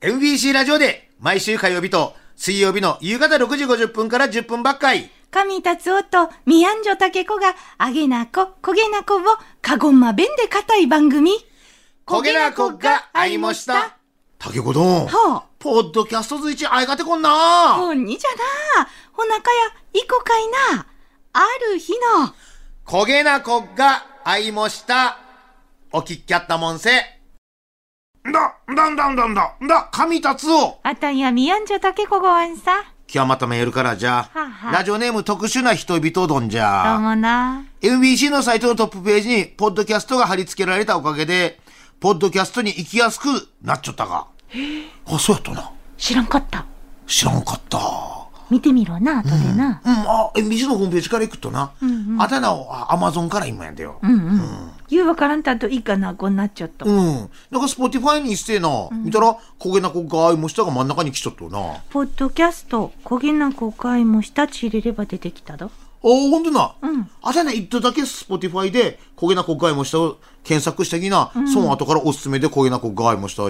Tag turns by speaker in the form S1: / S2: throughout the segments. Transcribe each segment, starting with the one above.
S1: MBC ラジオで毎週火曜日と水曜日の夕方6時50分から10分ばっかり。
S2: 神達夫とミアンジョタケコが、あげなこ、こげなこを、かごんまべんで固い番組。
S1: 焦げなこが会いました。。竹子どん。
S2: はあ
S1: ポッドキャストずいち会いがてこんな。
S2: ほんにじゃな。ほなかや、いこかいな。ある日の、
S1: 焦げなこが会いました。お聞きやったもんせ。んだ、んだんだんだんだ、んだ、神達夫。
S2: あたんやミアンジョタケコごわんさ。
S1: 極まったメールからじゃ
S2: はあはあ
S1: ラジオネーム特殊な人々どんじ
S2: ど
S1: ゃ
S2: う。もな。
S1: MBC のサイトのトップページに、ポッドキャストが貼り付けられたおかげで、ポッドキャストに行きやすくなっちゃったが。あ、そうやったな。
S2: 知らんかった。
S1: 知らんかった。
S2: 見てみろな、後でな。
S1: うん、あ、MBC のホームページから行くとな。あだ名を、あ、アマゾンから今やんだよ。
S2: うんうん。言うわからんたといいかな、こうなっちゃった。
S1: うん。なんかスポティファイにしてえな。見たら、焦げな子が愛もしたが真ん中に来ちゃったよな。あ、
S2: ポッドキャスト、焦げな公開も下地入れれば出てきたど。
S1: ほんとな。
S2: ん
S1: あだ名一度だけスポティファイで、焦げな子が愛もしたを検索したきな、その後からおすすめで焦げな子が愛もした。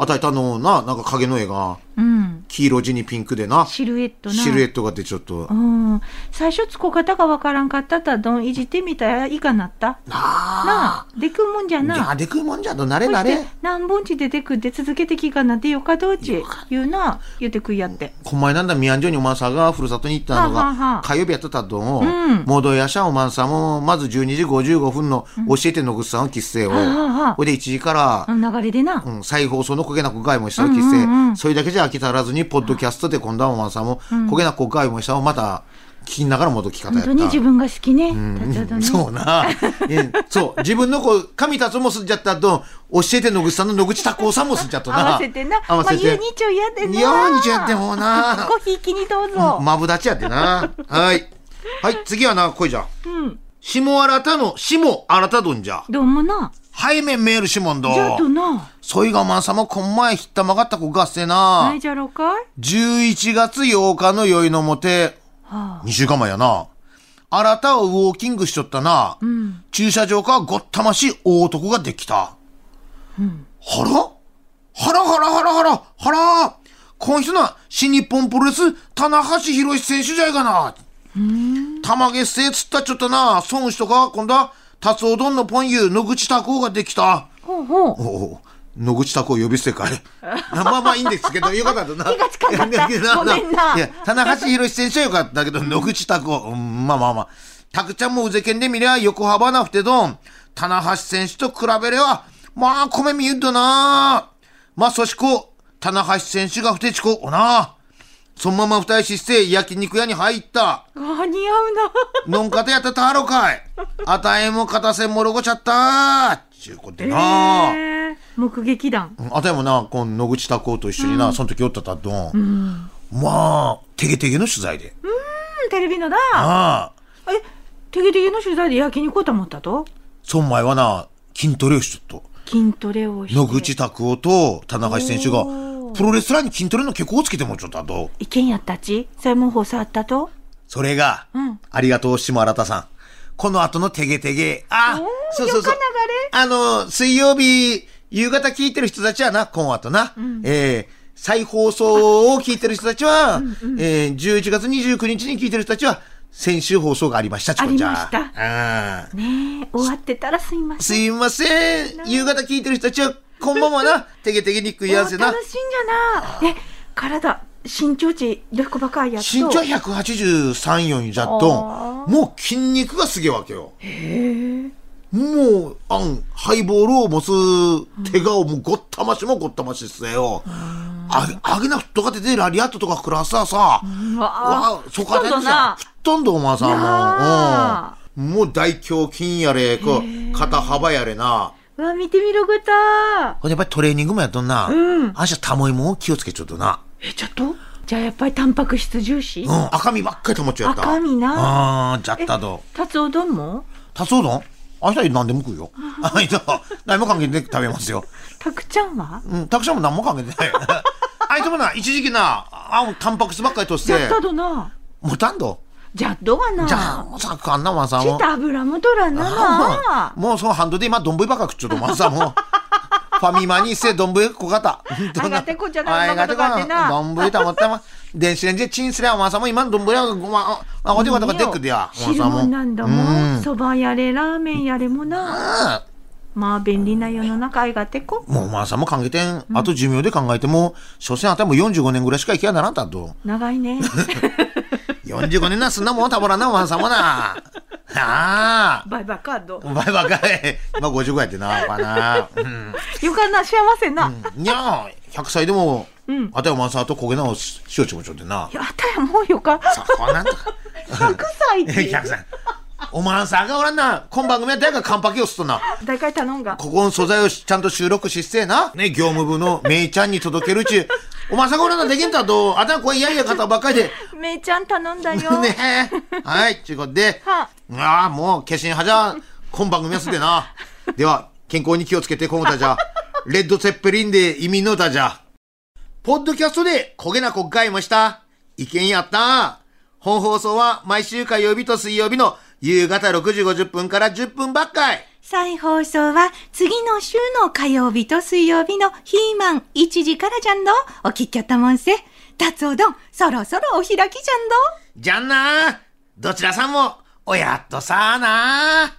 S1: あたいたのな、なんか影の絵が。
S2: うん。
S1: 黄色地にピンクでな、シ
S2: シルエットな。
S1: ルエ
S2: ッ
S1: ットが出ちゃっと
S2: ト。う。ん。最初つこ方がわからんかったたどんいじってみたらいいかなった。
S1: なあ。
S2: なあ、でくんもんじゃ
S1: じゃ
S2: な。
S1: あ、でくいもんじゃと、なれ
S2: そ
S1: な
S2: し
S1: れ
S2: て。何本地で出てくって続けてきかなってよかどうち言うな言うてくいやって
S1: こんまいなんだ、ミヤンジョにおまんさんがふるさとに行ったの
S2: はあはあは
S1: が
S2: あ、
S1: 火曜日やってたと
S2: う
S1: の
S2: ん
S1: 戻りやしゃおまんさんも、まず12時55分の教えて野口さんを喫世を
S2: はあはあ。
S1: ほいで1時から
S2: あ、の流れでな、
S1: うん、再放送の焦げなこがいもしたを喫
S2: うんうんう
S1: 世。
S2: ん
S1: それだけじゃ飽き足らずに、ポッドキャストで今度はおまんさんも、焦げなこがいもしたをまた聞きながら戻き方や
S2: 本
S1: っ
S2: 当に
S1: た
S2: 自。分が好きね、
S1: うん
S2: 達夫ね
S1: そうな。えそう。自分の子、神達夫もすっちゃったと、教えて野口さんの野口拓夫さんもすっちゃった
S2: 合
S1: な。
S2: わせてな
S1: 合わせ
S2: まあ、
S1: て
S2: ゆう。にちょやでな
S1: ゆうにちょやってもうな
S2: ごひいきにどうぞ、
S1: マブダチやって な。はい。はい、次はな、こいじゃ。
S2: うん
S1: 下新たの、下新たどんじゃ。
S2: どうもな
S1: はいめんメールしもんど
S2: じ。ゃあとな
S1: そいがまんさまこんまえひったまがったこがっせな
S2: ない。じゃろうかい
S1: 11月8日の宵のもて、
S2: はあ
S1: 2週間前やな。新たをウォーキングしちょったな。
S2: うん
S1: 駐車場からごったましい大男ができた。はらはらはらはらはらはらこの人な、新日本プロレス、棚橋宏選手じゃいかな。玉毛せつったちょったな、孫子とか、今度は、達夫丼のポンユ、野口拓夫ができた。
S2: ほうほう
S1: おお野口拓夫呼び捨て かい。まあまあいいんですけど、よかったな。
S2: 気がつかんかった
S1: いやいや
S2: ごめんない
S1: や、棚橋宏選手はよかったけど、野口拓夫、うんまあまあまあ。拓ちゃんもうぜけんで見りゃ横幅なふてどん。棚橋選手と比べれば、まあ米見ゆんとな。まあそしこ、棚橋選手がふてちこおな。そのまま二人して焼肉屋に入った。
S2: あ似合うな
S1: のんかてやってたろか い。あたえも片せんもろごちゃった。ちゅうことでな。
S2: えー目撃談
S1: あたいもな、この野口拓夫と一緒にな、その時おったたとん、まあ、てげてげの取材で。
S2: うんテレビのだ
S1: ああ、
S2: えてげてげの取材で焼肉をと思ったと
S1: そん前はな、筋トレをしとっ
S2: 筋トレをして
S1: と。野口拓夫と棚橋選手が
S2: お、ー
S1: プロレスラーに筋トレの曲をつけてもらっちょったと。
S2: 意見やったちそれも放送あったと
S1: それが、
S2: ん
S1: ありがとう、下新さん。この後のてげてげ。あ
S2: おー、
S1: そうそうそう。
S2: よか流れ
S1: あの、水曜日、夕方聞いてる人たちはな、今後な。えー再放送を聞いてる人たちは、えー11月29日に聞いてる人たちは、先週放送がありました、ちこちゃん
S2: ありました
S1: あー
S2: ねえ終わってたらすいませ
S1: す
S2: ん
S1: いません。夕方聞いてる人たちは、こんばんは な、てげてげに食い合わせ
S2: お
S1: な。
S2: 楽しいんじゃなえ体身長値どこばかやっと
S1: 身長183、4じゃっと
S2: あ、ー
S1: もう筋肉がすげえわけよ。もう、あん、ハイボールを持つ手がもうごったましもごったましっすよ。あげ、あげなフットが出てラリアットとかクラスはさ、
S2: う
S1: わ
S2: わ
S1: あ、
S2: あ
S1: そこから出てさ
S2: な、
S1: 吹っ飛んどお前さ
S2: なん
S1: もう。うん。もう大胸筋やれ、こう、肩幅やれな。
S2: うわ見てみろぐた
S1: ほんでやっぱりトレーニングもやっとんな。
S2: うん
S1: あんしゃたもいもんを気をつけちょっとな。
S2: えちょっとじゃあやっぱりタンパク質重視
S1: うん、赤身ばっかり保っちゃった。
S2: 赤身な
S1: ああー、じゃったと。
S2: 達夫丼も
S1: 達夫丼あした何でも食うよ。あいつは何も関係なく食べますよ。
S2: たくちゃんは
S1: うん、たくさんも何も関係 ない。あいつもな、一時期な、あん、タンパク質ばっかりとっ
S2: じ
S1: て
S2: ゃっ、たどな
S1: もたんど。
S2: じゃっどがな
S1: じゃあ、もうさ、あんな、マンさん
S2: ち
S1: も
S2: っ。と油も取らんな
S1: あ
S2: な
S1: もうもうそのハンドで今、丼ばっか食っちゃうと、マンさんも。ファミマにせどんぶえ小型。
S2: あがてこちゃな
S1: あいがてこ
S2: あがてこな
S1: どんぶえたまったま。電子レンジでチンすりゃおまさんも今のどんぶえはごま、ああ、おじごとかでっくでや。おま
S2: 汁
S1: さ
S2: もんなんだ
S1: うん
S2: もん。そばやれ、ラーメンやれもな。まあ、便利な世の中あいがてこ。
S1: もうお前さんも考えてん。あと寿命で考えても、所詮あたりも45年ぐらいしか生きやならんたんと。
S2: 長 いね。
S1: 45年なすんなもんたまらんな、お前さんもな。 なあ。
S2: バイバイカード。
S1: お前ばっかい。今55やってな、お前な。うん。
S2: よかな、幸せな。
S1: にゃあ、100歳でも、
S2: うん
S1: あたりお前さんと焦げなおししようちもちょってな。
S2: やったや、もうよか。
S1: さあ、なんとか。
S2: 100歳って。
S1: 100歳。お前さんがおらんな。今番組は誰かカンパケをすっとんな。
S2: 大会頼んが。
S1: ここの素材をちゃんと収録しっせえな。ね、業務部のめいちゃんに届けるうち、お前さんが俺なんできんたと、あたんこれ嫌や方ばっかりで。
S2: めいちゃん頼んだよ。
S1: ねえ。はい、ちゅうことで、
S2: は
S1: ああ、もう、化身派じゃ、今番組はすでな。では、健康に気をつけて、今後たじゃ。レッド・セッペリンで移民の歌じゃ。ポッドキャストで焦げな国会もした。意見やった。本放送は毎週火曜日と水曜日の夕方6時50分から10分ばっかい。
S2: 再放送は次の週の火曜日と水曜日のヒーマン1時からじゃんど。お聞きやったもんせ。達おどん、そろそろお開きじゃんど。
S1: じゃんなどちらさんも、おやっとさあな